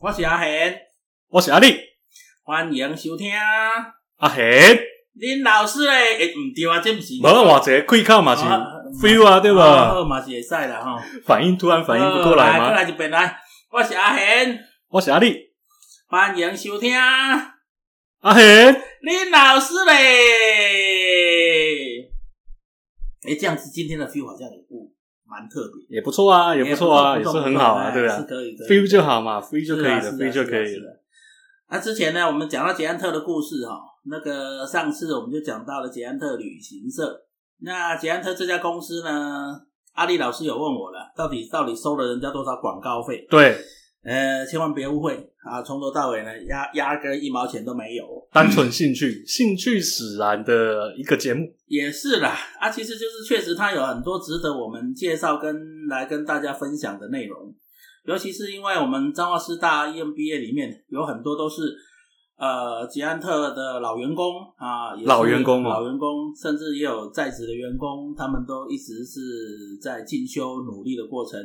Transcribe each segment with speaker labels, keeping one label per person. Speaker 1: 我是阿贤，
Speaker 2: 我是阿力，
Speaker 1: 欢迎收听。
Speaker 2: 阿贤，
Speaker 1: 恁老师咧，诶，毋对啊，这毋是哦
Speaker 2: 无我这开口嘛是 feel 啊，对
Speaker 1: 啊
Speaker 2: 吧？
Speaker 1: 好嘛是会使啦吼。
Speaker 2: 反应突然反应不过
Speaker 1: 好
Speaker 2: 来
Speaker 1: 过
Speaker 2: 吗？
Speaker 1: 来一遍来。我是阿贤，
Speaker 2: 我是阿力，
Speaker 1: 欢迎收听。
Speaker 2: 阿贤，
Speaker 1: 恁老师咧，诶，这样子今天的 feel 好像也不蛮特别，哎
Speaker 2: 也不错啊，也不错啊，也是很好啊，对
Speaker 1: 不
Speaker 2: 啊
Speaker 1: 是可以的。
Speaker 2: ，feel 就好嘛，feel
Speaker 1: 是
Speaker 2: 就
Speaker 1: 啊
Speaker 2: 可以
Speaker 1: 是
Speaker 2: 了
Speaker 1: 啊
Speaker 2: ，feel 就可以
Speaker 1: 是啊是
Speaker 2: 了。
Speaker 1: 啊那之前呢，我们讲到捷安特的故事哈、那个上次我们就讲到了捷安特旅行社。那捷安特这家公司呢，阿丽老师有问我了，到底到底收了人家多少广告费？
Speaker 2: 对，
Speaker 1: 呃，千万别误会啊，从头到尾呢，压压根一毛钱都没有。
Speaker 2: 单纯兴趣，兴趣使然的一个节目，
Speaker 1: 也是啦，啊，其实就是确实它有很多值得我们介绍跟来跟大家分享的内容，尤其是因为我们彰化师大 E EMBA 里面有很多都是呃捷安特的老员工啊，也是
Speaker 2: 老员工哦
Speaker 1: 老员工，甚至也有在职的员工，他们都一直是在进修努力的过程，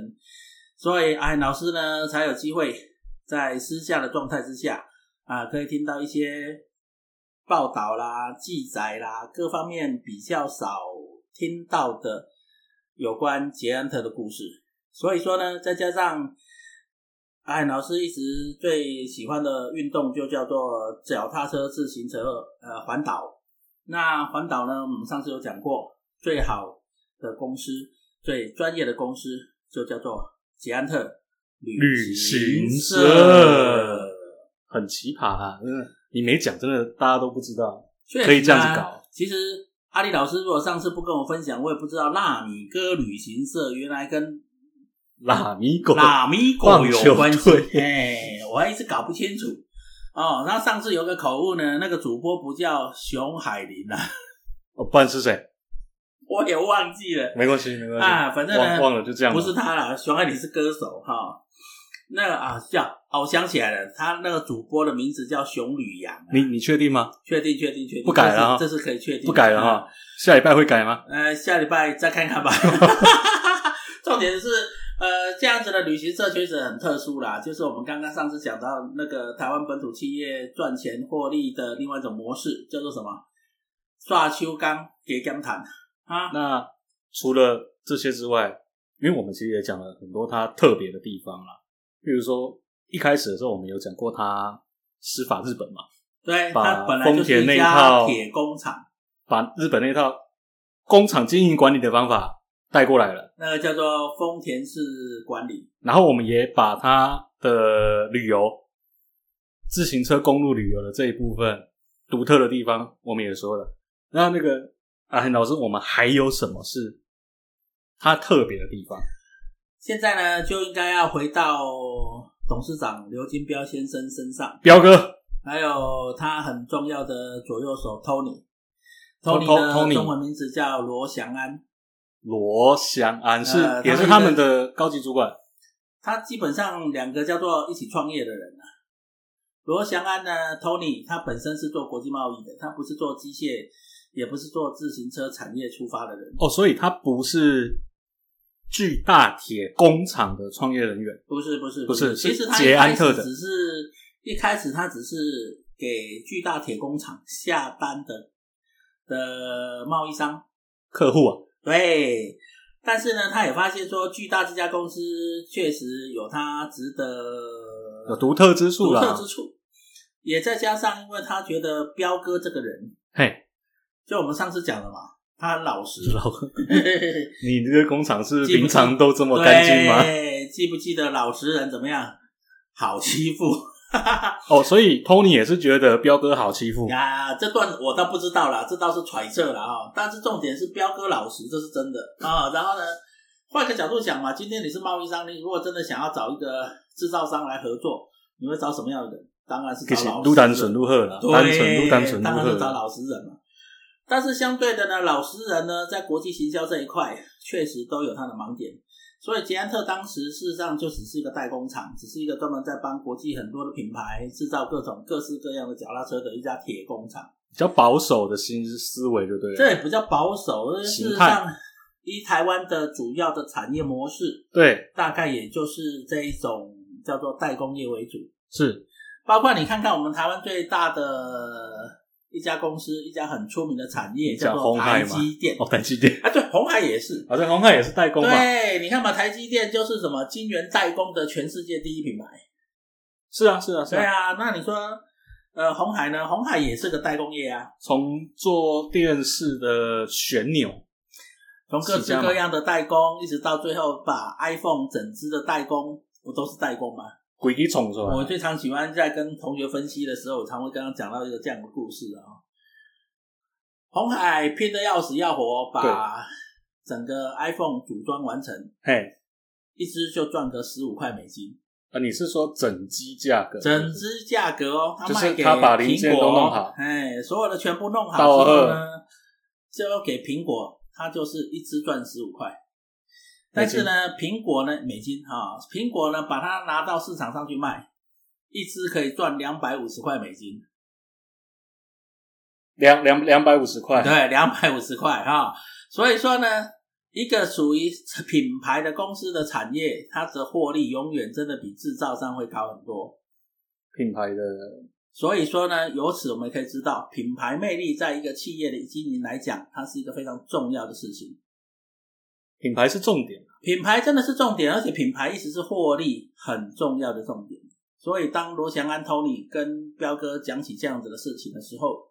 Speaker 1: 所以阿老师呢才有机会在私下的状态之下，啊，可以听到一些报道啦、记载啦，各方面比较少听到的有关捷安特的故事。所以说呢，再加上阿汉老师一直最喜欢的运动就叫做脚踏车自行车呃环岛。那环岛呢，我们上次有讲过，最好的公司、最专业的公司就叫做捷安特
Speaker 2: 旅
Speaker 1: 行
Speaker 2: 行
Speaker 1: 社
Speaker 2: 社。很奇葩啊！真的你没讲，真的大家都不知道。
Speaker 1: 确实啊
Speaker 2: 可以这样子搞。
Speaker 1: 其实阿丽老师如果上次不跟我分享，我也不知道纳米哥旅行社原来跟
Speaker 2: 拉米狗，
Speaker 1: 纳米狗有关系
Speaker 2: 棒球。队
Speaker 1: 哎，我还一直搞不清楚。哦，然后上次有个口误呢，那个主播不叫熊海林啊，
Speaker 2: 哦，不然是谁？
Speaker 1: 我也忘记了。
Speaker 2: 没关系，没关系
Speaker 1: 啊反正呢
Speaker 2: 忘忘了就这样吧。
Speaker 1: 不是他啦，熊海林是歌手哈、那个啊叫哦，我想起来了，他那个主播的名字叫熊吕阳、啊。
Speaker 2: 你，你确定吗？
Speaker 1: 确定确定确定，
Speaker 2: 不改了啊
Speaker 1: 这是这是可以确定的，
Speaker 2: 不改了
Speaker 1: 啊
Speaker 2: 哈，下礼拜会改吗？
Speaker 1: 呃，下礼拜再看看 吧。重点是，呃，这样子的旅行社确实很特殊啦，就是我们刚刚上次讲到那个台湾本土企业赚钱获利的另外一种模式，叫做什么？刷秋刚给甘谈啊，
Speaker 2: 那除了这些之外，因为我们其实也讲了很多它特别的地方啦，比如说一开始的时候，我们有讲过它施法日本嘛，
Speaker 1: 对，
Speaker 2: 把
Speaker 1: 它本来就是
Speaker 2: 丰田那
Speaker 1: 一
Speaker 2: 一
Speaker 1: 家
Speaker 2: 套
Speaker 1: 铁工厂，
Speaker 2: 把日本那套工厂经营管理的方法带过来了，
Speaker 1: 那个叫做丰田式管理，
Speaker 2: 然后我们也把它的旅游、自行车公路旅游的这一部分独特的地方，我们也说了。那那个啊，老师，我们还有什么是它特别的地方？
Speaker 1: 现在呢就应该要回到董事长刘金彪先生身上。
Speaker 2: 彪哥，
Speaker 1: 还有他很重要的左右手 Tony。
Speaker 2: Tony-
Speaker 1: Tony 的
Speaker 2: 哦 Tony
Speaker 1: 中文名字叫罗翔安，
Speaker 2: 罗翔安是、
Speaker 1: 呃
Speaker 2: 也是
Speaker 1: 他
Speaker 2: 他
Speaker 1: 们
Speaker 2: 们
Speaker 1: 的
Speaker 2: 的高级主管，
Speaker 1: 他基本上两个叫做一起创业的人啊。罗翔安呢，Tony 他本身是做国际贸易的，他不是做机械，也不是做自行车产业出发的人，
Speaker 2: 哦，所以他不是巨大铁工厂的创业人员，
Speaker 1: 不是不是
Speaker 2: 不是
Speaker 1: 其实
Speaker 2: 是
Speaker 1: 他
Speaker 2: 捷
Speaker 1: 一开
Speaker 2: 安
Speaker 1: 始
Speaker 2: 特的
Speaker 1: 只是一开始他只是给巨大铁工厂下单的的贸易商，
Speaker 2: 客户啊，
Speaker 1: 对，但是呢，他也发现说，巨大这家公司确实有它值得
Speaker 2: 有独特之处
Speaker 1: 独
Speaker 2: 啦。
Speaker 1: 特之处，也再加上，因为他觉得彪哥这个人，
Speaker 2: 嘿，
Speaker 1: 就我们上次讲了嘛，他很老实，
Speaker 2: 老， 你这个工厂是
Speaker 1: 记不
Speaker 2: 平常都这么干净吗？
Speaker 1: 对，记不记得老实人怎么样？好欺负
Speaker 2: 哦，所以 Tony 也是觉得彪哥好欺负，
Speaker 1: 呀！这段我倒不知道啦，这倒是揣测啦哈、但是重点是彪哥老实，这是真的啊、然后呢，换个角度想嘛，今天你是贸易商，你如果真的想要找一个制造商来合作，你会找什么样的人？当然是
Speaker 2: 其实
Speaker 1: 找老实人
Speaker 2: 撸单纯撸赫了，
Speaker 1: 对
Speaker 2: 单纯撸单纯撸
Speaker 1: 当然是找
Speaker 2: 赫，
Speaker 1: 老实人嘛。但是相对的呢，老实人呢，在国际行销这一块确实都有它的盲点。所以捷安特当时事实上就只是一个代工厂，只是一个专门在帮国际很多的品牌制造各种各式各样的脚踏车的一家铁工厂。
Speaker 2: 比较保守的新思维，就对了。
Speaker 1: 这也不叫保守，而事实
Speaker 2: 形态
Speaker 1: 上，依台湾的主要的产业模式，
Speaker 2: 对，
Speaker 1: 大概也就是这一种叫做代工业为主。
Speaker 2: 是
Speaker 1: 包括你看看我们台湾最大的一家公司，一家很出名的产业
Speaker 2: 讲
Speaker 1: 叫做
Speaker 2: 鸿海
Speaker 1: 台
Speaker 2: 嘛
Speaker 1: 积电。
Speaker 2: 哦，台积电，
Speaker 1: 啊，对，红海也是。
Speaker 2: 好像鸿海也是代工嘛，
Speaker 1: 对，你看嘛，台积电就是什么晶圆代工的全世界第一品牌。
Speaker 2: 是啊，是啊，是
Speaker 1: 对
Speaker 2: 啊，
Speaker 1: 啊，那你说，呃，红海呢？红海也是个代工业啊，
Speaker 2: 从做电视的旋钮，
Speaker 1: 从各
Speaker 2: 起
Speaker 1: 式
Speaker 2: 家嘛
Speaker 1: 各样的代工，一直到最后把 iPhone 整只的代工，不都是代工吗？
Speaker 2: 鬼给宠是吧？
Speaker 1: 我最常喜欢在跟同学分析的时候，我常会跟他讲到一个这样的故事啊、红海拼的要死要活，把整个 iPhone 组装完成，
Speaker 2: 嘿，
Speaker 1: 一只就赚个十五块美金，
Speaker 2: 啊，你是说整机价格？
Speaker 1: 整只价格哦，他
Speaker 2: 就是
Speaker 1: 卖给
Speaker 2: 他把零件
Speaker 1: 苹果
Speaker 2: 都弄好
Speaker 1: 哎，所有的全部弄好
Speaker 2: 到
Speaker 1: 之后
Speaker 2: 二
Speaker 1: 呢，就要给苹果，它就是一只赚十五块。但是呢，苹果呢，美金哈、苹果呢，把它拿到市场上去卖，一只可以赚两百五十块美金，
Speaker 2: 两两两百五十块，
Speaker 1: 对，两百五十块哈。所以说呢，一个属于品牌的公司的产业，它的获利永远真的比制造商会高很多。
Speaker 2: 品牌的
Speaker 1: 所以说呢，由此我们可以知道，品牌魅力在一个企业的经营来讲，它是一个非常重要的事情。
Speaker 2: 品牌是重点，啊
Speaker 1: 品牌真的是重点，而且品牌一直是获利很重要的重点。所以当罗翔安、Tony 跟彪哥讲起这样子的事情的时候，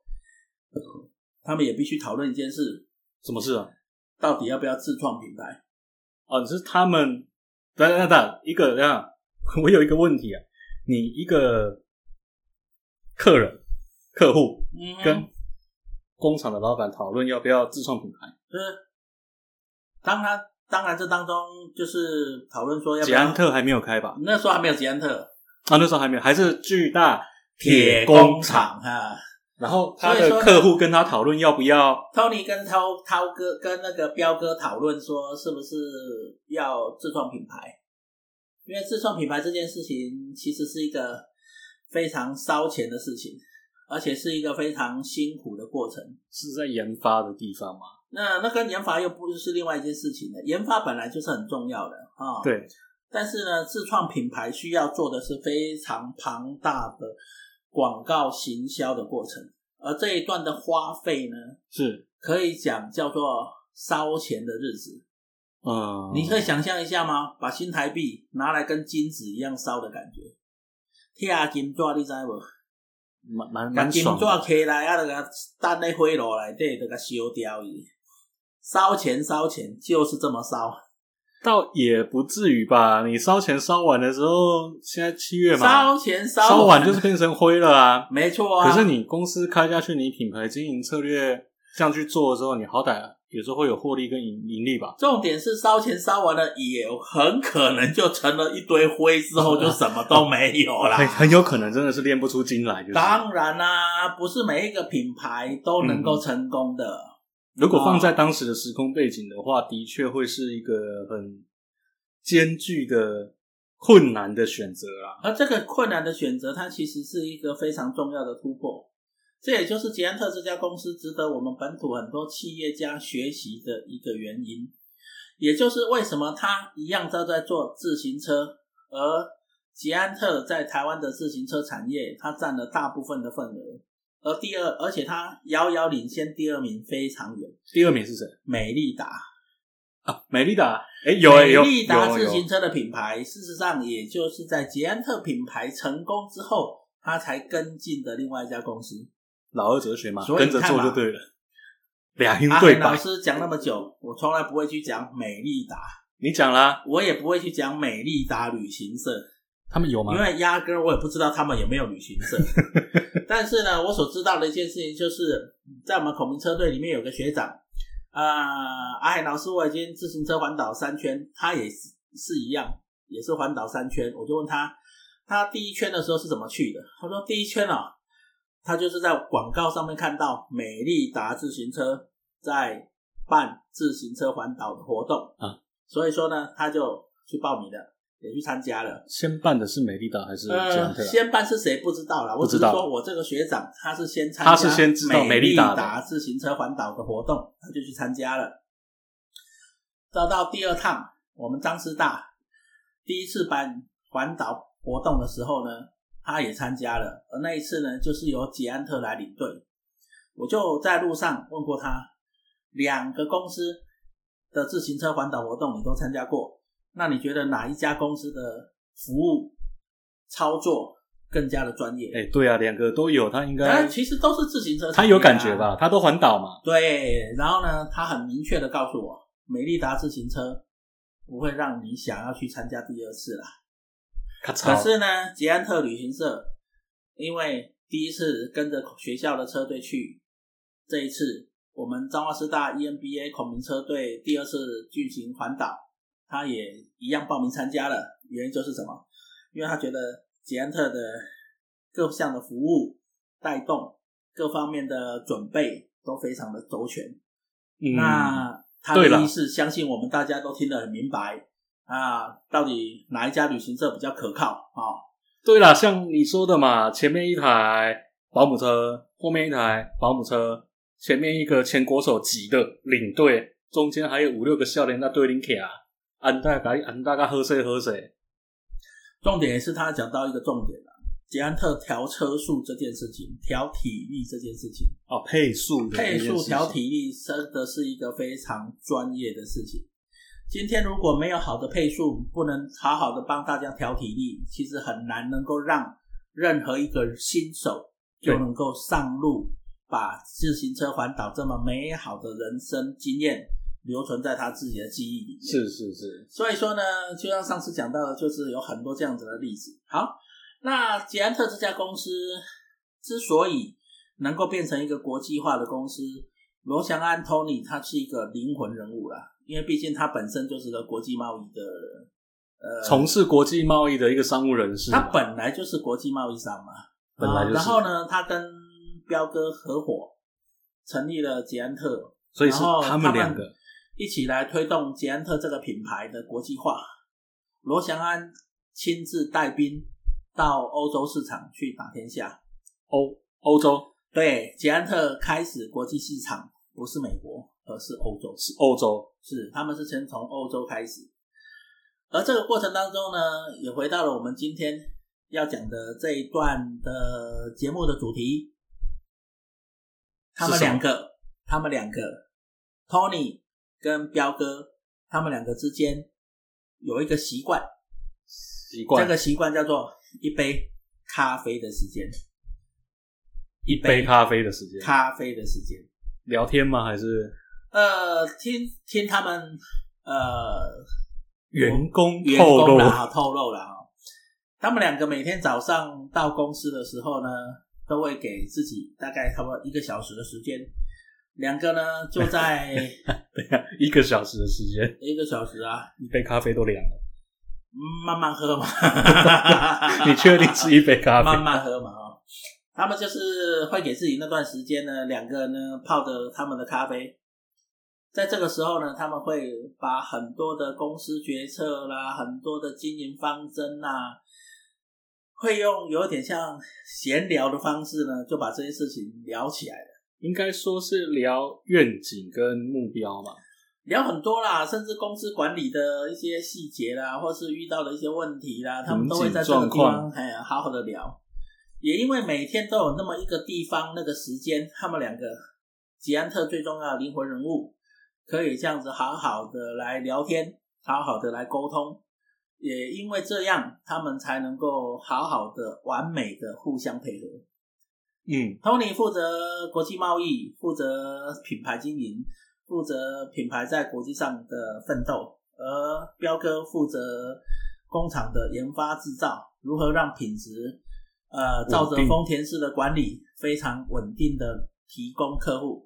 Speaker 1: 他们也必须讨论一件事：
Speaker 2: 什么事啊？
Speaker 1: 到底要不要自创品牌？
Speaker 2: 哦，你是他们，等等等等，一个这样，我有一个问题啊，你一个客人、客户
Speaker 1: 嗯哼
Speaker 2: 跟工厂的老板讨论要不要自创品牌，
Speaker 1: 就是当然，当然这当中就是讨论说要不
Speaker 2: 捷安
Speaker 1: 要，
Speaker 2: 特还没有开吧？
Speaker 1: 那时候还没有捷安特
Speaker 2: 啊，那时候还没有，还是巨大
Speaker 1: 铁工。厂哈。
Speaker 2: 然后他
Speaker 1: 所以说
Speaker 2: 的
Speaker 1: 呢
Speaker 2: 客户跟他讨论要不要，
Speaker 1: Tony 跟涛涛哥跟那个彪哥讨论说，是不是要自创品牌？因为自创品牌这件事情其实是一个非常烧钱的事情，而且是一个非常辛苦的过程。
Speaker 2: 是在研发的地方吗？
Speaker 1: 那那跟研发又不是另外一件事情了，研发本来就是很重要的啊。。
Speaker 2: 对，
Speaker 1: 但是呢，自创品牌需要做的是非常庞大的广告行销的过程，而这一段的花费呢，
Speaker 2: 是，
Speaker 1: 可以讲叫做烧钱的日子。
Speaker 2: 嗯，
Speaker 1: 你可以想象一下吗？把新台币拿来跟金子一样烧的感觉，贴金纸你知无？
Speaker 2: 蛮蛮
Speaker 1: 把
Speaker 2: 蛮
Speaker 1: 金
Speaker 2: 爽
Speaker 1: 纸
Speaker 2: 的，
Speaker 1: 起来啊，就甲等咧火炉内底，就甲烧掉伊。烧钱烧钱就是这么烧，
Speaker 2: 倒也不至于吧？你烧钱烧完的时候，现在七月嘛，
Speaker 1: 烧钱
Speaker 2: 烧
Speaker 1: 烧
Speaker 2: 完就是变成灰了 啊。
Speaker 1: 没错啊。
Speaker 2: 可是你公司开下去，你品牌经营策略这样去做的时候，你好歹也是会有获利跟盈盈利吧？
Speaker 1: 重点是烧钱烧完了，也很可能就成了一堆灰，之后就什么都没有 啦。
Speaker 2: 很很有可能真的是练不出金来，就是。
Speaker 1: 当然啦、不是每一个品牌都能够成功的。
Speaker 2: 如果放在当时的时空背景的话，的确会是一个很艰巨的困难的选择啦。
Speaker 1: 而这个困难的选择，它其实是一个非常重要的突破。这也就是捷安特这家公司值得我们本土很多企业家学习的一个原因，也就是为什么它一样都在做自行车，而捷安特在台湾的自行车产业，它占了大部分的份额，而第二，而且它遥遥领先第二名非常远，
Speaker 2: 第二名是谁
Speaker 1: 美利达。
Speaker 2: 啊？美利达，哎、有哎、有
Speaker 1: 美利达
Speaker 2: 有
Speaker 1: 自
Speaker 2: 有
Speaker 1: 行车的品牌，事实上也就是在捷安特品牌成功之后，它才跟进的另外一家公司。
Speaker 2: 老二哲学嘛，
Speaker 1: 所以
Speaker 2: 跟
Speaker 1: 你
Speaker 2: 着
Speaker 1: 看
Speaker 2: 做
Speaker 1: 嘛
Speaker 2: 就对了。两英
Speaker 1: 阿
Speaker 2: 嗯对
Speaker 1: 恒老
Speaker 2: 白，
Speaker 1: 师讲那么久，我从来不会去讲美利达，
Speaker 2: 你讲啦，
Speaker 1: 我也不会去讲美利达旅行社，
Speaker 2: 他们有
Speaker 1: 因
Speaker 2: 吗？
Speaker 1: 为压根儿我也不知道他们有没有旅行 社。但是呢，我所知道的一件事情就是，在我们孔明车队里面有个学长，啊，阿海老师我已经自行车环岛三圈，他也是是一样，也是环岛三圈。我就问他，他第一圈的时候是怎么去的？他说第一圈哦，他就是在广告上面看到美利达自行车在办自行车环岛的活动
Speaker 2: 啊，
Speaker 1: 所以说呢，他就去报名了，也去参加了。
Speaker 2: 先办的是美利达还是捷安
Speaker 1: 呃，
Speaker 2: 特啊？
Speaker 1: 先办是谁不知道啦，我
Speaker 2: 不
Speaker 1: 只
Speaker 2: 知
Speaker 1: 是
Speaker 2: 道
Speaker 1: 说我这个学长他是先参加，
Speaker 2: 他是先知道
Speaker 1: 美
Speaker 2: 美
Speaker 1: 利
Speaker 2: 利达的
Speaker 1: 达自行车环岛的活动，他就去参加了。到到第二趟，我们张师大第一次办环岛活动的时候呢，他也参加了，而那一次呢，就是由捷安特来领队。我就在路上问过他，两个公司的自行车环岛活动你都参加过，那你觉得哪一家公司的服务操作更加的专业？
Speaker 2: 哎、对啊，两个都有，他应
Speaker 1: 当
Speaker 2: 该
Speaker 1: 然，其实都是自行车、啊
Speaker 2: 他有感觉？吧？他都环岛嘛，
Speaker 1: 对，然后呢，他很明确的告诉我，美利达自行车不会让你想要去参加第二次啦。
Speaker 2: 咔
Speaker 1: 可
Speaker 2: 嚓，
Speaker 1: 是呢，捷安特旅行社因为第一次跟着学校的车队去，这一次我们彰化师大 E EMBA 孔明车队第二次进行环岛，他也一样报名参加了。原因就是什么？因为他觉得捷安特的各项的服务带动各方面的准备都非常的周全。
Speaker 2: 嗯，
Speaker 1: 那他
Speaker 2: 对
Speaker 1: 的
Speaker 2: 啦
Speaker 1: 意思，相信我们大家都听得很明白啊，到底哪一家旅行社比较可靠啊、
Speaker 2: 对啦，像你说的嘛，前面一台保姆车，后面一台保姆车，前面一个前国手级的领队，中间还有五六个笑脸在对领卡，安大概安大概喝水喝水，
Speaker 1: 重点也是他讲到一个重点了、啊捷安特调车速这件事情，调体力这件事情，
Speaker 2: 哦，配速的
Speaker 1: 配
Speaker 2: 这件
Speaker 1: 速
Speaker 2: 事情
Speaker 1: 调体力真的是一个非常专业的事情。今天如果没有好的配速，不能好好的帮大家调体力，其实很难能够让任何一个新手就
Speaker 2: 对
Speaker 1: 能够上路，把自行车环岛这么美好的人生经验留存在他自己的记忆里面。
Speaker 2: 是是是，
Speaker 1: 所以说呢，就像上次讲到的，就是有很多这样子的例子。好，那捷安特这家公司之所以能够变成一个国际化的公司，罗翔安 Tony 他是一个灵魂人物啦，因为毕竟他本身就是个国际贸易的，呃，
Speaker 2: 从事国际贸易的一个商务人士嘛，
Speaker 1: 他本来就是国际贸易商嘛，
Speaker 2: 本来就是
Speaker 1: 然后呢，他跟彪哥合伙成立了捷安特，
Speaker 2: 所以是
Speaker 1: 然后
Speaker 2: 他
Speaker 1: 们
Speaker 2: 两个
Speaker 1: 一起来推动捷安特这个品牌的国际化。罗翔安亲自带兵到欧洲市场去打天下。
Speaker 2: 欧欧洲
Speaker 1: 对，捷安特开始国际市场不是美国，而是欧洲。
Speaker 2: 是欧洲，
Speaker 1: 是，他们是先从欧洲开始。而这个过程当中呢，也回到了我们今天要讲的这一段的节目的主题。他们
Speaker 2: 是什么
Speaker 1: 两个，他们两个，Tony 跟彪哥，他们两个之间有一个习惯，
Speaker 2: 习
Speaker 1: 这
Speaker 2: 惯
Speaker 1: 个习惯叫做一杯咖啡的时间，一
Speaker 2: 杯咖啡的时间，
Speaker 1: 咖啡的时间。
Speaker 2: 聊天吗？还是
Speaker 1: 呃，听听他们呃
Speaker 2: 员工
Speaker 1: 员
Speaker 2: 透
Speaker 1: 工
Speaker 2: 露？
Speaker 1: 啦，哈透露啦，哈。他们两个每天早上到公司的时候呢，都会给自己大概差不多一个小时的时间。两个呢就 在
Speaker 2: 对呀， 一个小时的时间，
Speaker 1: 一个小时啊，
Speaker 2: 一杯咖啡都凉了，。
Speaker 1: 慢慢喝嘛
Speaker 2: 你确定是一杯咖啡？
Speaker 1: 慢慢喝嘛哦。他们就是会给自己那段时间呢，两个人呢泡着他们的咖啡，在这个时候呢，他们会把很多的公司决策啦，很多的经营方针啦，会用有点像闲聊的方式呢，就把这些事情聊起来了，
Speaker 2: 应该说是聊愿景跟目标嘛。
Speaker 1: 聊很多啦，甚至公司管理的一些细节啦，或是遇到的一些问题啦，他们都会在这个地
Speaker 2: 瓶颈
Speaker 1: 方
Speaker 2: 状
Speaker 1: 哎呀好好的聊。也因为每天都有那么一个地方、那个时间，他们两个捷安特最重要的灵魂人物，可以这样子好好的来聊天，好好的来沟通。也因为这样，他们才能够好好的、完美的互相配合。
Speaker 2: 嗯，
Speaker 1: Tony 负责国际贸易，负责品牌经营，负责品牌在国际上的奋斗，而彪哥负责工厂的研发制造，如何让品质，呃，照着
Speaker 2: 稳定
Speaker 1: 丰田式的管理，非常稳定的提供客户，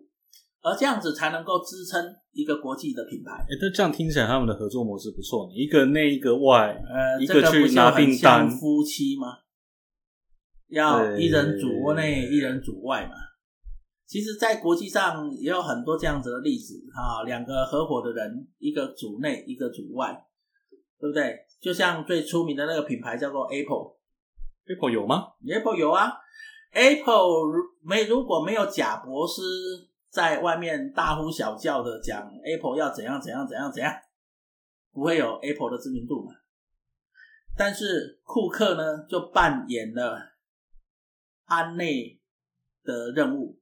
Speaker 1: 而这样子才能够支撑一个国际的品牌。
Speaker 2: 哎、但这样听起来他们的合作模式不错，一个内一个外，
Speaker 1: 呃，
Speaker 2: 一
Speaker 1: 这
Speaker 2: 个
Speaker 1: 不
Speaker 2: 去
Speaker 1: 是
Speaker 2: 拿
Speaker 1: 很
Speaker 2: 订
Speaker 1: 像
Speaker 2: 单
Speaker 1: 夫妻吗？要
Speaker 2: 对
Speaker 1: 一人主内，一人主外嘛。其实，在国际上也有很多这样子的例子啊，两个合伙的人，一个主内，一个主外，对不对？就像最出名的那个品牌叫做 Apple，Apple
Speaker 2: Apple 有吗？
Speaker 1: 有啊，Apple 如没如果没有贾博士在外面大呼小叫的讲 Apple 要怎样怎样怎样怎样，不会有 Apple 的知名度嘛。但是库克呢，就扮演了安内的任务，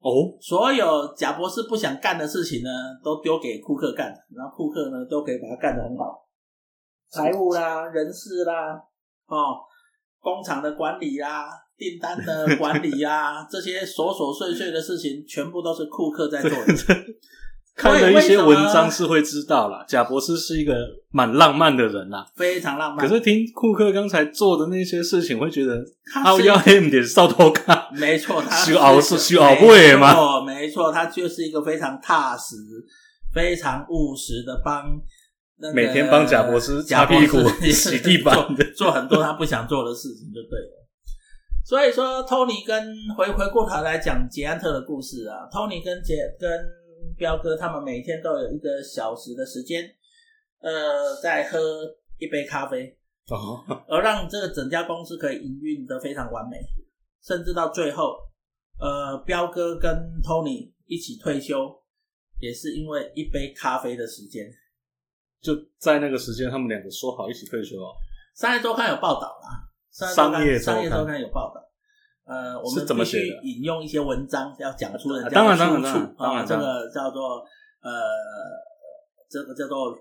Speaker 2: 哦，
Speaker 1: 所有贾博士不想干的事情呢，都丢给库克干，然后库克呢，都可以把它干得很好，财务 啦、人事啦、哦，工厂的管理啦、订单的管理 啊，这些琐琐碎碎的事情，全部都是库克在做的。
Speaker 2: 看了一些文章
Speaker 1: 为什
Speaker 2: 是会知道啦，贾博士是一个蛮浪漫的人啦。
Speaker 1: 非常浪漫。
Speaker 2: 可是听库克刚才做的那些事情，会觉得
Speaker 1: 他
Speaker 2: 他
Speaker 1: 是
Speaker 2: 要 M 点少头看，
Speaker 1: 没错，他
Speaker 2: 需熬
Speaker 1: 是
Speaker 2: 需熬贵吗
Speaker 1: 哦，没错，他就是一个非常踏实、非常务实的帮、那个
Speaker 2: 每天帮贾博士擦屁股
Speaker 1: 贾博士
Speaker 2: 洗地板
Speaker 1: 做做很多他不想做的事情就对了。所以说，托尼跟回回过头来讲捷安特的故事啊，托尼跟杰跟彪哥他们每天都有一个小时的时间，呃，在喝一杯咖啡，
Speaker 2: 哦，
Speaker 1: 而让这个整家公司可以营运的非常完美，甚至到最后，呃，彪哥跟 Tony 一起退休，也是因为一杯咖啡的时间。
Speaker 2: 就在那个时间，他们两个说好一起退休哦。
Speaker 1: 商业周刊有报道啦，商业
Speaker 2: 商
Speaker 1: 商业
Speaker 2: 业周刊
Speaker 1: 周刊有报道。呃，我
Speaker 2: 是
Speaker 1: 们
Speaker 2: 怎么
Speaker 1: 必
Speaker 2: 写的
Speaker 1: 须引用一些文章，要讲出人家
Speaker 2: 啊当然
Speaker 1: 的
Speaker 2: 当然
Speaker 1: 出
Speaker 2: 当然
Speaker 1: 处
Speaker 2: 当
Speaker 1: 啊，
Speaker 2: 然
Speaker 1: 这个叫做呃，这个叫做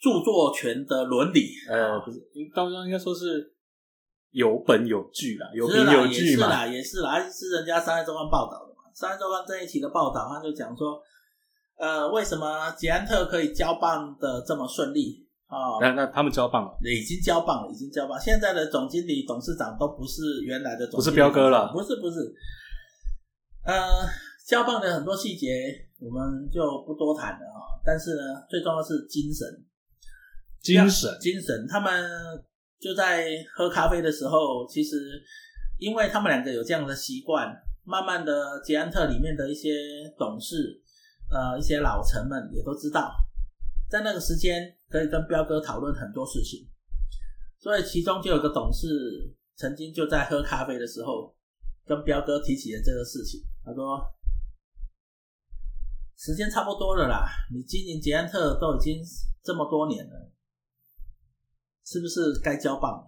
Speaker 1: 著作权的伦理。
Speaker 2: 呃，
Speaker 1: 啊
Speaker 2: 不是，当然应该说是有本有据啦，有
Speaker 1: 是
Speaker 2: 凭
Speaker 1: 啦，
Speaker 2: 有
Speaker 1: 也
Speaker 2: 据
Speaker 1: 是
Speaker 2: 嘛。
Speaker 1: 啦，也是啦，是人家商业周刊报道的嘛。商业周刊这一期的报道，他就讲说，呃，为什么捷安特可以交棒的这么顺利啊？
Speaker 2: 那那他们交棒了，
Speaker 1: 已经交棒了，已经交棒。现在的总经理、董事长都不是原来的总经理，
Speaker 2: 不是彪哥了
Speaker 1: 不是不是。呃，交棒的很多细节我们就不多谈了啊、但是呢，最重要是精神，
Speaker 2: 精神
Speaker 1: 精神。他们就在喝咖啡的时候，其实因为他们两个有这样的习惯，慢慢的捷安特里面的一些董事，呃，一些老臣们也都知道，在那个时间可以跟彪哥讨论很多事情。所以其中就有个董事曾经就在喝咖啡的时候跟彪哥提起了这个事情，他说。时间差不多了啦，你经营捷安特都已经这么多年了，是不是该交棒了？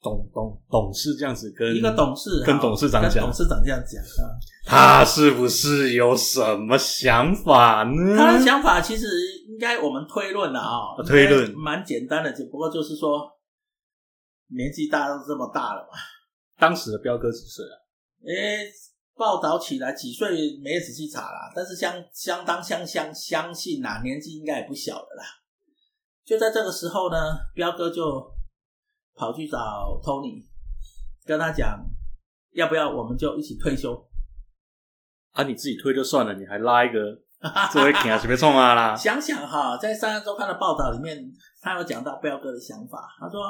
Speaker 2: 董董董事这样子跟
Speaker 1: 一个董事
Speaker 2: 跟
Speaker 1: 好
Speaker 2: 董事长
Speaker 1: 跟
Speaker 2: 讲
Speaker 1: 董事长这样讲啊，
Speaker 2: 他是不是有什么想法
Speaker 1: 他的
Speaker 2: 呢？
Speaker 1: 想法其实应该我们推论了啊、
Speaker 2: 啊推论
Speaker 1: 应该蛮简单的，只不过就是说年纪大都这么大了嘛，
Speaker 2: 当时的彪哥几岁啊？
Speaker 1: 诶，报道起来几岁没仔细查啦，但是相相当相相相信啦，年纪应该也不小了啦。就在这个时候呢，彪哥就跑去找 Tony，跟他讲要不要我们就一起退休。
Speaker 2: 啊，你自己推就算了，你还拉一个作为给啊，随便冲 啊啦！
Speaker 1: 想想哈，在《三亚周刊》的报道里面，他有讲到彪哥的想法。他说，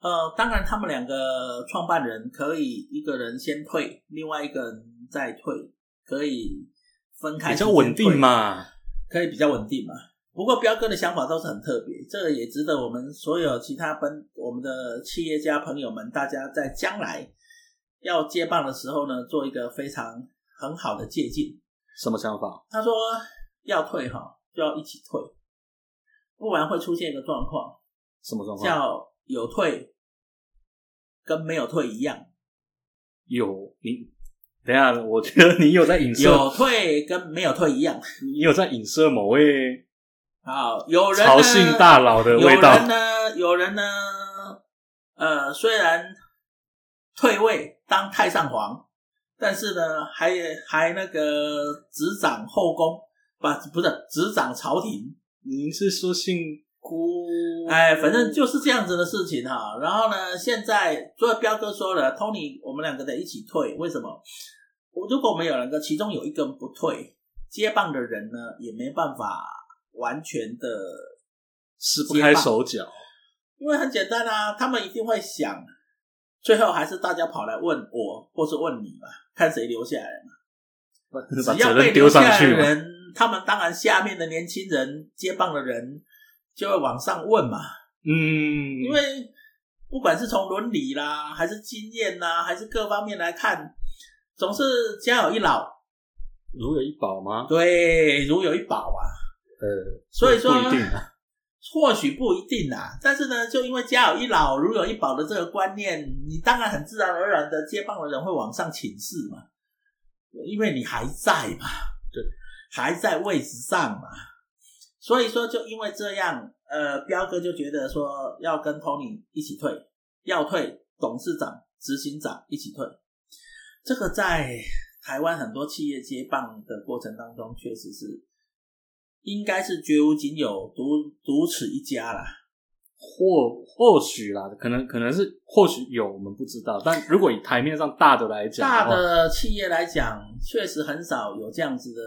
Speaker 1: 呃，当然他们两个创办人可以一个人先退，另外一个人再退，可以分开
Speaker 2: 比
Speaker 1: 时
Speaker 2: 较
Speaker 1: 间
Speaker 2: 稳定
Speaker 1: 退，
Speaker 2: 嘛。
Speaker 1: 可以比较稳定嘛。不过彪哥的想法倒是很特别，这个也值得我们所有其他本我们的企业家朋友们，大家在将来要接棒的时候呢，做一个非常很好的借鉴。
Speaker 2: 什么想法？
Speaker 1: 他说要退哈，就要一起退，不然会出现一个状况，
Speaker 2: 什么状况？
Speaker 1: 叫有退跟没有退一样，
Speaker 2: 有你，等一下，我觉得你有在影射，
Speaker 1: 有退跟没有退一样。
Speaker 2: 你有在影射某位
Speaker 1: 好，有人呢
Speaker 2: 朝姓大佬的
Speaker 1: 有
Speaker 2: 味
Speaker 1: 人
Speaker 2: 道。
Speaker 1: 呢，有人呢，呃，虽然退位当太上皇，但是呢，还还那个执掌后宫，不不是执掌朝廷，
Speaker 2: 您是说姓郭？
Speaker 1: 哎，反正就是这样子的事情哈。然后呢，现在所以彪哥说了，Tony，我们两个得一起退，为什么？我如果我们有两个，其中有一个人不退，接棒的人呢也没办法完全的，
Speaker 2: 撕不开手脚。
Speaker 1: 因为很简单啊，他们一定会想，最后还是大家跑来问我，或是问你嘛，看谁留下来嘛。
Speaker 2: 把
Speaker 1: 只
Speaker 2: 责
Speaker 1: 要被
Speaker 2: 任
Speaker 1: 留
Speaker 2: 丢上
Speaker 1: 下来
Speaker 2: 去
Speaker 1: 的
Speaker 2: 嘛，
Speaker 1: 人，他们当然下面的年轻人接棒的人就会往上问嘛。
Speaker 2: 嗯，
Speaker 1: 因为不管是从伦理啦，还是经验啦，还是各方面来看，总是家有一老，
Speaker 2: 如有一宝吗？
Speaker 1: 对，如有一宝啊。
Speaker 2: 呃，
Speaker 1: 所以说
Speaker 2: 不一定啊，
Speaker 1: 或许不一定啦，但是呢，就因为家有一老如有一宝的这个观念，你当然很自然而然的接棒的人会往上请示嘛，因为你还在嘛，对，还在位置上嘛，所以说就因为这样，呃，彪哥就觉得说要跟 Tony 一起退，要退董事长、执行长一起退，这个在台湾很多企业接棒的过程当中，确实是应该是绝无仅有、独独此一家啦。
Speaker 2: 或或许啦，可能可能是或许有，我们不知道。但如果以台面上大的哦来讲，
Speaker 1: 大的企业来讲，确实很少有这样子的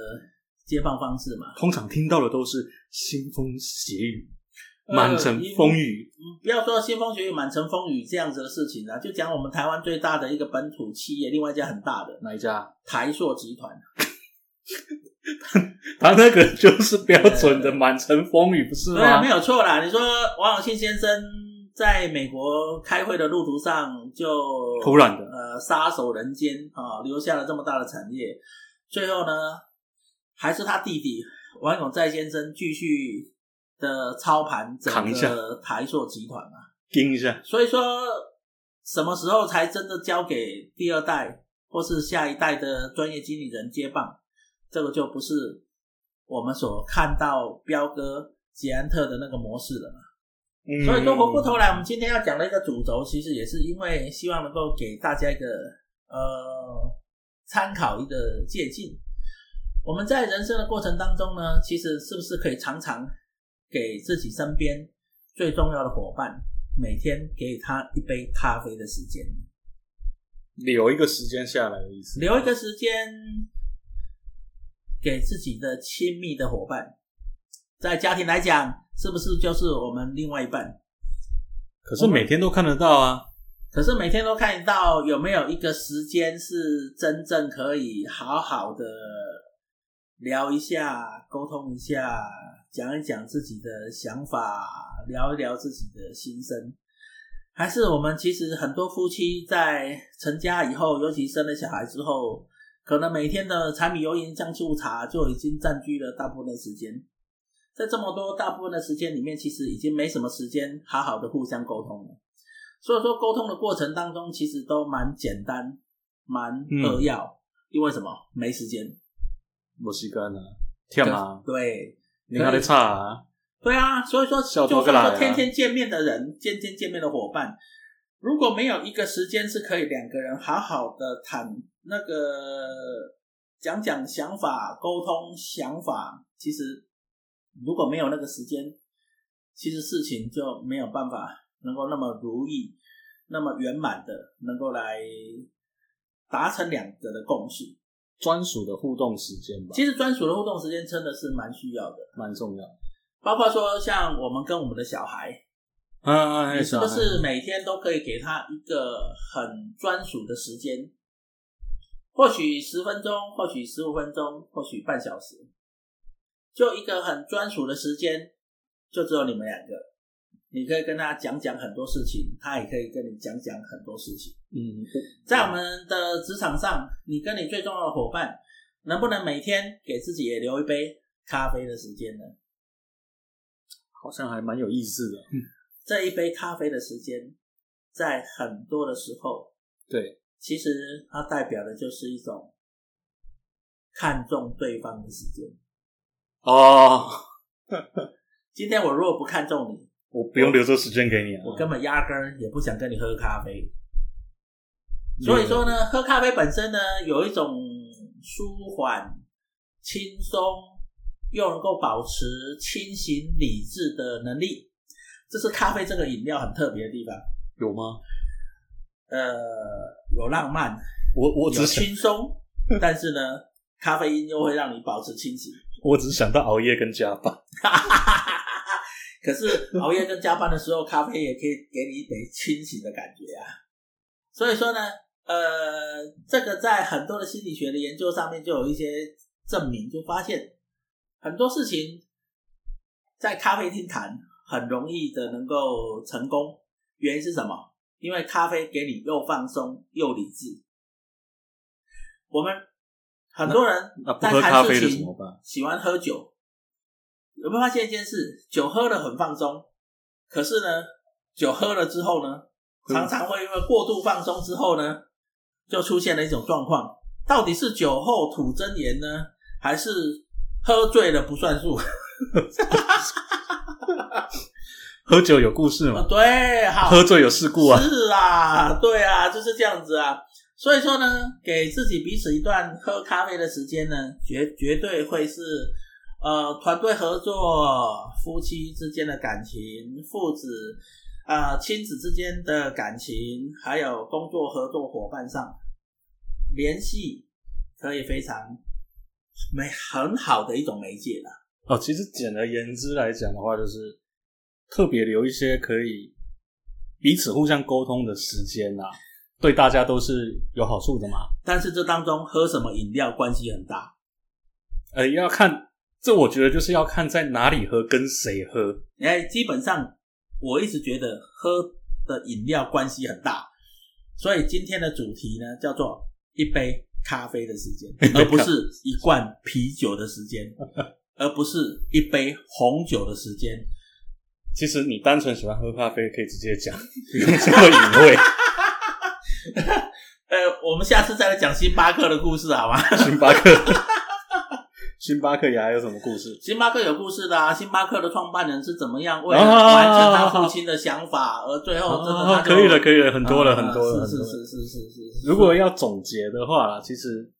Speaker 1: 接棒方式嘛。
Speaker 2: 通常听到的都是腥风血雨、
Speaker 1: 呃
Speaker 2: 满城风雨。
Speaker 1: 嗯不要说腥风血雨、满城风雨这样子的事情啦，就讲我们台湾最大的一个本土企业，另外一家很大的
Speaker 2: 哪一家？
Speaker 1: 台塑集团，
Speaker 2: 他那个就是标准的满城风雨，不是
Speaker 1: 对啊，
Speaker 2: 吗
Speaker 1: 没？有错啦。你说王永庆先生在美国开会的路途上就
Speaker 2: 突然的，
Speaker 1: 呃杀手人间啊、留下了这么大的产业。最后呢，还是他弟弟王永在先生继续的操盘整
Speaker 2: 扛一下
Speaker 1: 个台塑集团嘛。
Speaker 2: 盯一下，
Speaker 1: 所以说，什么时候才真的交给第二代或是下一代的专业经理人接棒，这个就不是我们所看到彪哥捷安特的那个模式了。
Speaker 2: 嗯
Speaker 1: 所以说回过头来，我们今天要讲的一个主轴，其实也是因为希望能够给大家一个呃参考一个借鉴。我们在人生的过程当中呢，其实是不是可以常常给自己身边最重要的伙伴，每天给他一杯咖啡的时间，
Speaker 2: 留一个时间下来的意思，
Speaker 1: 留一个时间给自己的亲密的伙伴，在家庭来讲，是不是就是我们另外一半？
Speaker 2: 可是每天都看得到啊。
Speaker 1: 可是每天都看得到，有没有一个时间是真正可以好好的聊一下、沟通一下、讲一讲自己的想法，聊一聊自己的心声？还是我们其实很多夫妻在成家以后，尤其生了小孩之后，可能每天的柴米油盐酱醋茶就已经占据了大部分的时间。在这么多大部分的时间里面，其实已经没什么时间好好的互相沟通了。所以说，沟通的过程当中，其实都蛮简单、蛮扼要，因为什么？没时间。
Speaker 2: 墨西哥呢，跳啊，
Speaker 1: 对
Speaker 2: 你看的差啊，
Speaker 1: 对啊，所以说，
Speaker 2: 小
Speaker 1: 就
Speaker 2: 多
Speaker 1: 算
Speaker 2: 个啦
Speaker 1: 说天天见面的人，天天见面的伙伴，如果没有一个时间是可以两个人好好的谈那个讲讲想法、沟通想法，其实如果没有那个时间，其实事情就没有办法能够那么如意、那么圆满的能够来达成两个的共识。
Speaker 2: 专属的互动时间吧，
Speaker 1: 其实专属的互动时间真的是蛮需要的，
Speaker 2: 蛮重要。
Speaker 1: 包括说像我们跟我们的小孩。
Speaker 2: 啊，
Speaker 1: 你是不是
Speaker 2: 小孩
Speaker 1: 每天都可以给他一个很专属的时间？或许十分钟，或许十五分钟，或许半小时，就一个很专属的时间，就只有你们两个。你可以跟他讲讲很多事情，他也可以跟你讲讲很多事情。
Speaker 2: 嗯，
Speaker 1: 在我们的职场上，你跟你最重要的伙伴，能不能每天给自己也留一杯咖啡的时间呢？
Speaker 2: 好像还蛮有意思的。
Speaker 1: 这一杯咖啡的时间，在很多的时候，
Speaker 2: 对，
Speaker 1: 其实它代表的就是一种看重对方的时间。
Speaker 2: 哦，
Speaker 1: 今天我如果不看重你，
Speaker 2: 我不用留这时间给你啊，
Speaker 1: 我根本压根儿也不想跟你喝咖啡。
Speaker 2: 嗯
Speaker 1: 所以说呢，喝咖啡本身呢，有一种舒缓、轻松，又能够保持清醒理智的能力，这是咖啡这个饮料很特别的地方。
Speaker 2: 有吗？
Speaker 1: 呃，有浪漫，
Speaker 2: 我我
Speaker 1: 有
Speaker 2: 只想
Speaker 1: 轻松，但是呢，咖啡因又会让你保持清醒。
Speaker 2: 我只想到熬夜跟加班，
Speaker 1: 可是熬夜跟加班的时候，咖啡也可以给你一点清醒的感觉啊。所以说呢，呃，这个在很多的心理学的研究上面就有一些证明，就发现很多事情在咖啡厅谈很容易的能够成功，原因是什么？因为咖啡给你又放松又理智。我们很多人
Speaker 2: 那不
Speaker 1: 在
Speaker 2: 喝
Speaker 1: 谈
Speaker 2: 啊咖啡
Speaker 1: 事
Speaker 2: 的怎么
Speaker 1: 情
Speaker 2: 办？
Speaker 1: 喜欢喝酒，有没有发现一件事？酒喝了很放松，可是呢，酒喝了之后呢，
Speaker 2: 嗯
Speaker 1: 常常会因为过度放松之后呢，就出现了一种状况，到底是酒后吐真言呢，还是喝醉了不算数？
Speaker 2: 喝酒有故事嘛，
Speaker 1: 对，好，
Speaker 2: 喝醉有事故啊，
Speaker 1: 是啊，对啊，就是这样子啊。所以说呢，给自己彼此一段喝咖啡的时间呢，绝绝对会是呃团队合作、夫妻之间的感情、父子啊、呃亲子之间的感情，还有工作合作伙伴上联系，可以非常美很好的一种媒介啦。
Speaker 2: 哦，其实简而言之来讲的话，就是特别留一些可以彼此互相沟通的时间啦、对大家都是有好处的嘛。
Speaker 1: 但是这当中喝什么饮料关系很大。
Speaker 2: 呃，要看这，我觉得就是要看在哪里喝，跟谁喝。
Speaker 1: 哎，基本上我一直觉得喝的饮料关系很大，所以今天的主题呢叫做一杯咖啡的时间，而不是一罐啤酒的时间，而不是一杯红酒的时间。
Speaker 2: 其实你单纯喜欢喝咖啡，可以直接讲，不用这么隐晦。
Speaker 1: 呃，我们下次再来讲星巴克的故事好吗？
Speaker 2: 星巴克，星巴克牙有什么故事？
Speaker 1: 星巴克有故事的啊，星巴克的创办人是怎么样为
Speaker 2: 啊
Speaker 1: 了完成他父亲的想法，而最后真的他
Speaker 2: 哦，
Speaker 1: 就
Speaker 2: 可以了，可以了，很多了，
Speaker 1: 啊
Speaker 2: 很多了，
Speaker 1: 是
Speaker 2: 很多
Speaker 1: 是
Speaker 2: 了
Speaker 1: 是是是是是。
Speaker 2: 如果要总结的话，其实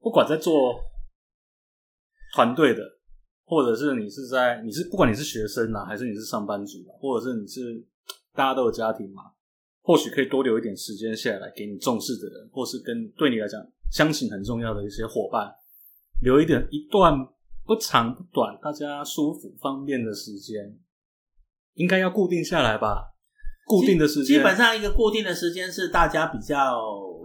Speaker 2: 不管在做团队的，或者是你是在你是不管你是学生啦，还是你是上班族啦，或者是你是大家都有家庭嘛，或许可以多留一点时间下来给你重视的人，或是跟对你来讲相信很重要的一些伙伴，留一点一段不长不短，大家舒服方便的时间，应该要固定下来吧。固定的时
Speaker 1: 基
Speaker 2: 间，
Speaker 1: 本上一个固定的时间是大家比较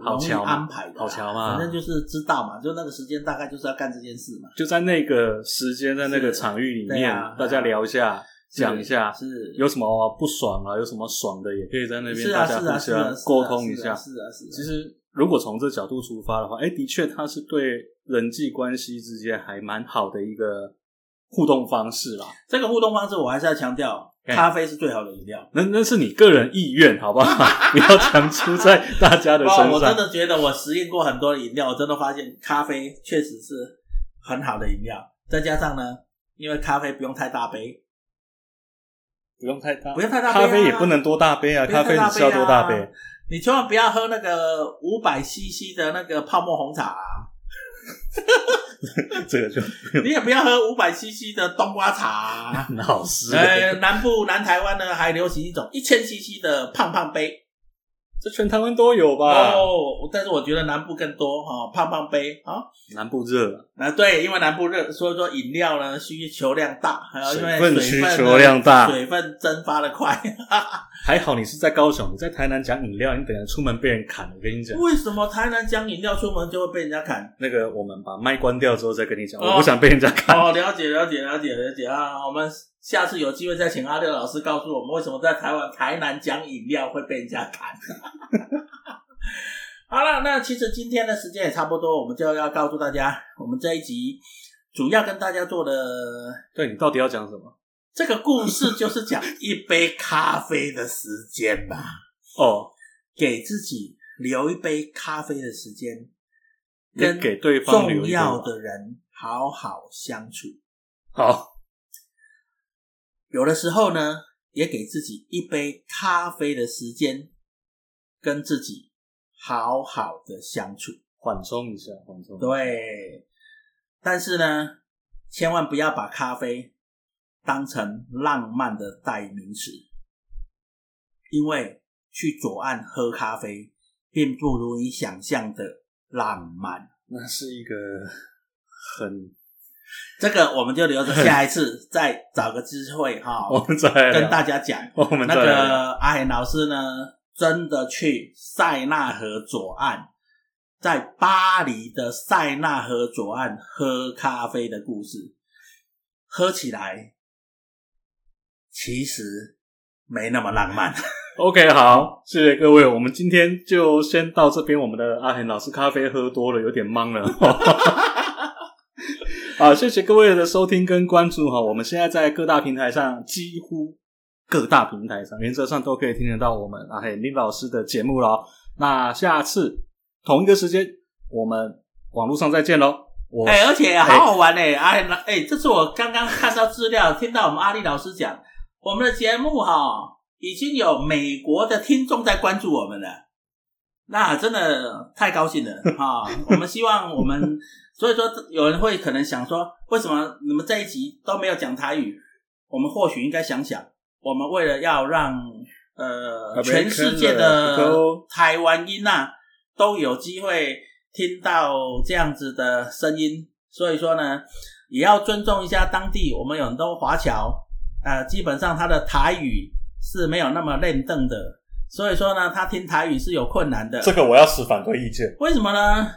Speaker 2: 好
Speaker 1: 容易
Speaker 2: 瞧嘛
Speaker 1: 安排的啦，啊
Speaker 2: 好瞧嘛
Speaker 1: 反正就是知道嘛，就那个时间大概就是要干这件事嘛，
Speaker 2: 就在那个时间，在那个场域里
Speaker 1: 是对
Speaker 2: 面，
Speaker 1: 啊
Speaker 2: 大家聊一下，
Speaker 1: 是
Speaker 2: 讲一下，
Speaker 1: 是
Speaker 2: 有什么不爽啊，有什么爽的，也可以在那边
Speaker 1: 是
Speaker 2: 大
Speaker 1: 啊
Speaker 2: 家
Speaker 1: 是啊
Speaker 2: 互
Speaker 1: 是啊
Speaker 2: 相
Speaker 1: 是啊
Speaker 2: 沟通一
Speaker 1: 是啊
Speaker 2: 下。
Speaker 1: 是啊是啊
Speaker 2: 其实，如果从这角度出发的话，哎，的确，它是对人际关系之间还蛮好的一个互动方式啦。
Speaker 1: 这个互动方式我还是要强调，
Speaker 2: 哎
Speaker 1: 咖啡是最好的饮料。
Speaker 2: 那那是你个人意愿，好不 好？不要强出在大家的
Speaker 1: 哇，
Speaker 2: 身
Speaker 1: 我真
Speaker 2: 上。
Speaker 1: 的觉得我实验过很多的饮料，我真的发现咖啡确实是很好的饮料。再加上呢，因为咖啡不用太大杯，
Speaker 2: 不用太大，
Speaker 1: 不用太大杯啊
Speaker 2: 咖啡也不能多大杯啊，
Speaker 1: 不用
Speaker 2: 咖
Speaker 1: 太
Speaker 2: 啡
Speaker 1: 大
Speaker 2: 你是要多大杯
Speaker 1: 啊？你千万不要喝那个五百 CC 的那个泡沫红茶、啊。
Speaker 2: 这个就
Speaker 1: 你也不要喝五百 CC 的冬瓜茶、
Speaker 2: 老实。
Speaker 1: 呃，南部南台湾呢还流行一种一千 CC 的胖胖杯
Speaker 2: 这全台湾都有吧？
Speaker 1: 哦，但是我觉得南部更多哈、哦，胖胖杯啊。
Speaker 2: 南部热啊，
Speaker 1: 啊，对，因为南部热，所以说饮料呢需求量大，还有因为
Speaker 2: 水分啊
Speaker 1: 水分呢
Speaker 2: 需求量大
Speaker 1: 水分蒸发的快。
Speaker 2: 还好你是在高雄，你在台南讲饮料，你等下出门被人砍。我跟你讲，
Speaker 1: 为什么台南讲饮料出门就会被人家砍？
Speaker 2: 那个我们把麦关掉之后再跟你讲，
Speaker 1: 哦
Speaker 2: 我不想被人家 砍。
Speaker 1: 哦，了解了解了解了解啊！我们下次有机会再请阿六老师告诉我们，为什么在台湾台南讲饮料会被人家砍。 好了，那其实今天的时间也差不多，我们就要告诉大家，我们这一集主要跟大家做的
Speaker 2: 对你到底要讲什么？
Speaker 1: 这个故事，就是讲一杯咖啡的时间吧，
Speaker 2: 哦，
Speaker 1: 给自己留一杯咖啡的时间，
Speaker 2: 你
Speaker 1: 跟
Speaker 2: 给对方留
Speaker 1: 重
Speaker 2: 一个
Speaker 1: 要的人好好相处。
Speaker 2: 好，
Speaker 1: 有的时候呢，也给自己一杯咖啡的时间，跟自己好好的相处。
Speaker 2: 缓冲一下，缓冲。，
Speaker 1: 对，但是呢，千万不要把咖啡当成浪漫的代名词，因为去左岸喝咖啡，并不如你想象的浪漫。
Speaker 2: 那是一个很，
Speaker 1: 这个我们就留着下一次再找个机会哈、
Speaker 2: 我们再来聊
Speaker 1: 跟大家讲。
Speaker 2: 我们
Speaker 1: 那
Speaker 2: 啊再来聊
Speaker 1: 个阿贤老师呢，真的去塞纳河左岸，在巴黎的塞纳河左岸喝咖啡的故事，喝起来其实没那么浪漫。
Speaker 2: OK，好，谢谢各位，我们今天就先到这边。我们的阿恒老师咖啡喝多了，有点懵了。 好，谢谢各位的收听跟关注哈。我们现在在各大平台上，几乎各大平台上，原则上都可以听得到我们啊嘿林老师的节目喽。那下次同一个时间，我们网络上再见喽。我
Speaker 1: 哎、而且好好玩哎、哎、那哎，这是我刚刚看到资料，听到我们阿丽老师讲，我们的节目哈、已经有美国的听众在关注我们了，那真的太高兴了哈、我们希望我们，所以说有人会可能想说，为什么你们这一集都没有讲台语？我们或许应该想想，我们为了要让呃
Speaker 2: American
Speaker 1: 全世界
Speaker 2: 人
Speaker 1: 的
Speaker 2: 都
Speaker 1: 台湾音呐、都有机会听到这样子的声音，所以说呢，也要尊重一下当地，我们有很多华侨，呃，基本上他的台语是没有那么练邓的，所以说呢，他听台语是有困难的。
Speaker 2: 这个我要持反对意见。
Speaker 1: 为什么呢？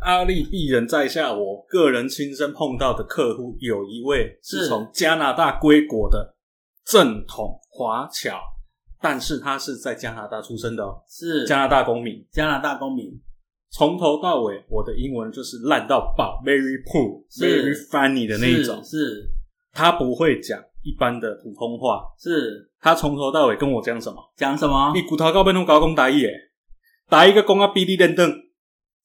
Speaker 2: 阿力鄙人在下，我个人亲身碰到的客户有一位
Speaker 1: 是
Speaker 2: 是从加拿大归国的正统华侨，但是他是在加拿大出生的哦，
Speaker 1: 是
Speaker 2: 加拿大公民。
Speaker 1: 加拿大公民，
Speaker 2: 从头到尾，我的英文就是烂到爆，very poor、
Speaker 1: 是
Speaker 2: very funny 的那一种。
Speaker 1: 是
Speaker 2: 他不会讲一般的普通话，
Speaker 1: 是是
Speaker 2: 他从头到尾跟我讲什么？
Speaker 1: 讲什么
Speaker 2: 你？骨头高被弄高讲台语诶，台语个讲啊比你认登，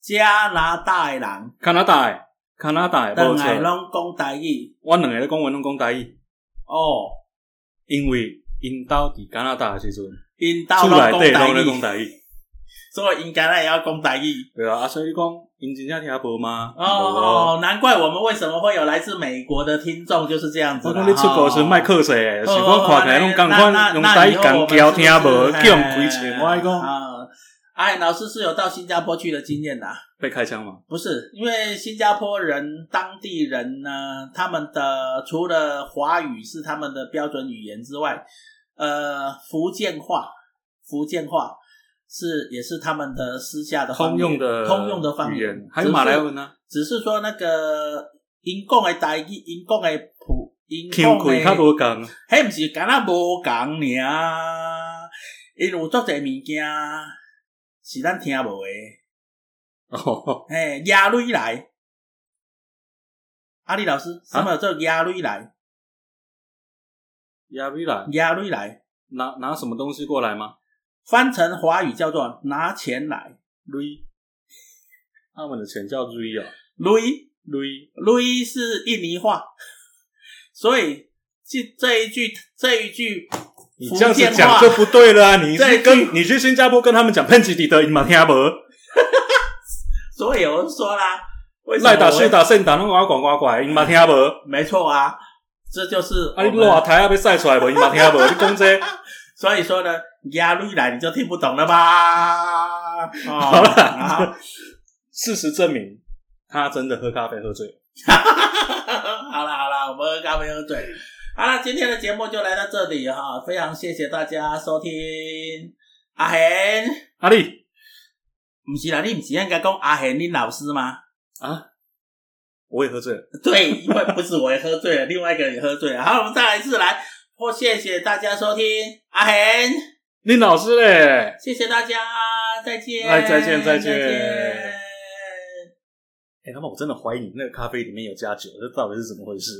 Speaker 1: 加拿大的人，
Speaker 2: 加拿大诶，加拿大诶，
Speaker 1: 但
Speaker 2: 无
Speaker 1: 系
Speaker 2: 错。
Speaker 1: 拢讲台语
Speaker 2: 我两个咧讲话拢讲台语，
Speaker 1: 哦，
Speaker 2: 因为因兜伫加拿大诶时阵，
Speaker 1: 因兜
Speaker 2: 厝
Speaker 1: 拢
Speaker 2: 内底
Speaker 1: 讲台
Speaker 2: 拢咧讲
Speaker 1: 语，
Speaker 2: 台语，
Speaker 1: 所以应该也要讲台语。
Speaker 2: 对啊。啊，所以你讲因真正听无吗？
Speaker 1: 哦，难怪我们为什么会有来自美国的听众，就是这样
Speaker 2: 无
Speaker 1: 子
Speaker 2: 我
Speaker 1: 啦。
Speaker 2: 讲你出国时卖课势，是
Speaker 1: 哦，
Speaker 2: 我看起来拢共
Speaker 1: 那
Speaker 2: 款，用台语
Speaker 1: 那那
Speaker 2: 共
Speaker 1: 那以后
Speaker 2: 交
Speaker 1: 我们
Speaker 2: 听无，
Speaker 1: 是
Speaker 2: 叫人 开钱，我跟你讲
Speaker 1: 啊，哎，老师是有到新加坡去的经验啦。
Speaker 2: 被开枪嘛。
Speaker 1: 不是，因为新加坡人当地人呢，他们的除了华语是他们的标准语言之外，呃，福建话，福建话是也是他们的私下的方
Speaker 2: 通
Speaker 1: 言
Speaker 2: 用的
Speaker 1: 啊通用的方
Speaker 2: 语言
Speaker 1: 言，
Speaker 2: 还有马来文啊呢，
Speaker 1: 只是说那个因讲的台语，因讲的普，因
Speaker 2: 腔
Speaker 1: 讲
Speaker 2: 开较
Speaker 1: 的，
Speaker 2: 无 共。
Speaker 1: 迄毋是敢若无共尔，因有足侪物件是咱听无的。
Speaker 2: 哦，
Speaker 1: 哎，压瑞来，阿力老师，什
Speaker 2: 啊
Speaker 1: 么叫压瑞来？
Speaker 2: 亚美来
Speaker 1: 压瑞来
Speaker 2: 拿拿什么东西过来吗？
Speaker 1: 翻成华语叫做拿钱来，
Speaker 2: 瑞，他们的钱叫瑞哦，
Speaker 1: 瑞
Speaker 2: 瑞
Speaker 1: 瑞是印尼话，所以这这一句这一句
Speaker 2: 你
Speaker 1: 福
Speaker 2: 这样子
Speaker 1: 建
Speaker 2: 讲
Speaker 1: 话
Speaker 2: 就不对了、啊，你
Speaker 1: 这
Speaker 2: 是跟你去新加坡跟他们讲喷吉迪德，你嘛听无？
Speaker 1: 所以我就说啦，为什 么
Speaker 2: 赖打
Speaker 1: 我会
Speaker 2: 睡打圣打弄我管管管，你嘛听无？
Speaker 1: 没错啊，这就是
Speaker 2: 啊，你
Speaker 1: 我们
Speaker 2: 落台啊被晒出来无？你嘛听无？你讲这
Speaker 1: 所以说呢，压瑞来你就听不懂了吧？哦、
Speaker 2: 好啦
Speaker 1: 好
Speaker 2: 事实证明，他真的喝咖啡喝醉了。
Speaker 1: 好啦好啦，我们喝咖啡喝醉。好了，今天的节目就来到这里哈，非常谢谢大家收听。阿贤，
Speaker 2: 阿力
Speaker 1: 不是啦，你不是应该讲阿贤林老师吗？
Speaker 2: 啊，我也喝醉了。
Speaker 1: 对，因为不是我也喝醉了，另外一个人也喝醉了。好，我们再来一次来，或谢谢大家收听，阿贤，
Speaker 2: 林老师嘞，
Speaker 1: 谢谢大家，再见，
Speaker 2: 哎再见
Speaker 1: 再
Speaker 2: 再见哎、他妈，我真的怀疑你那个咖啡里面有加酒，这到底是怎么回事？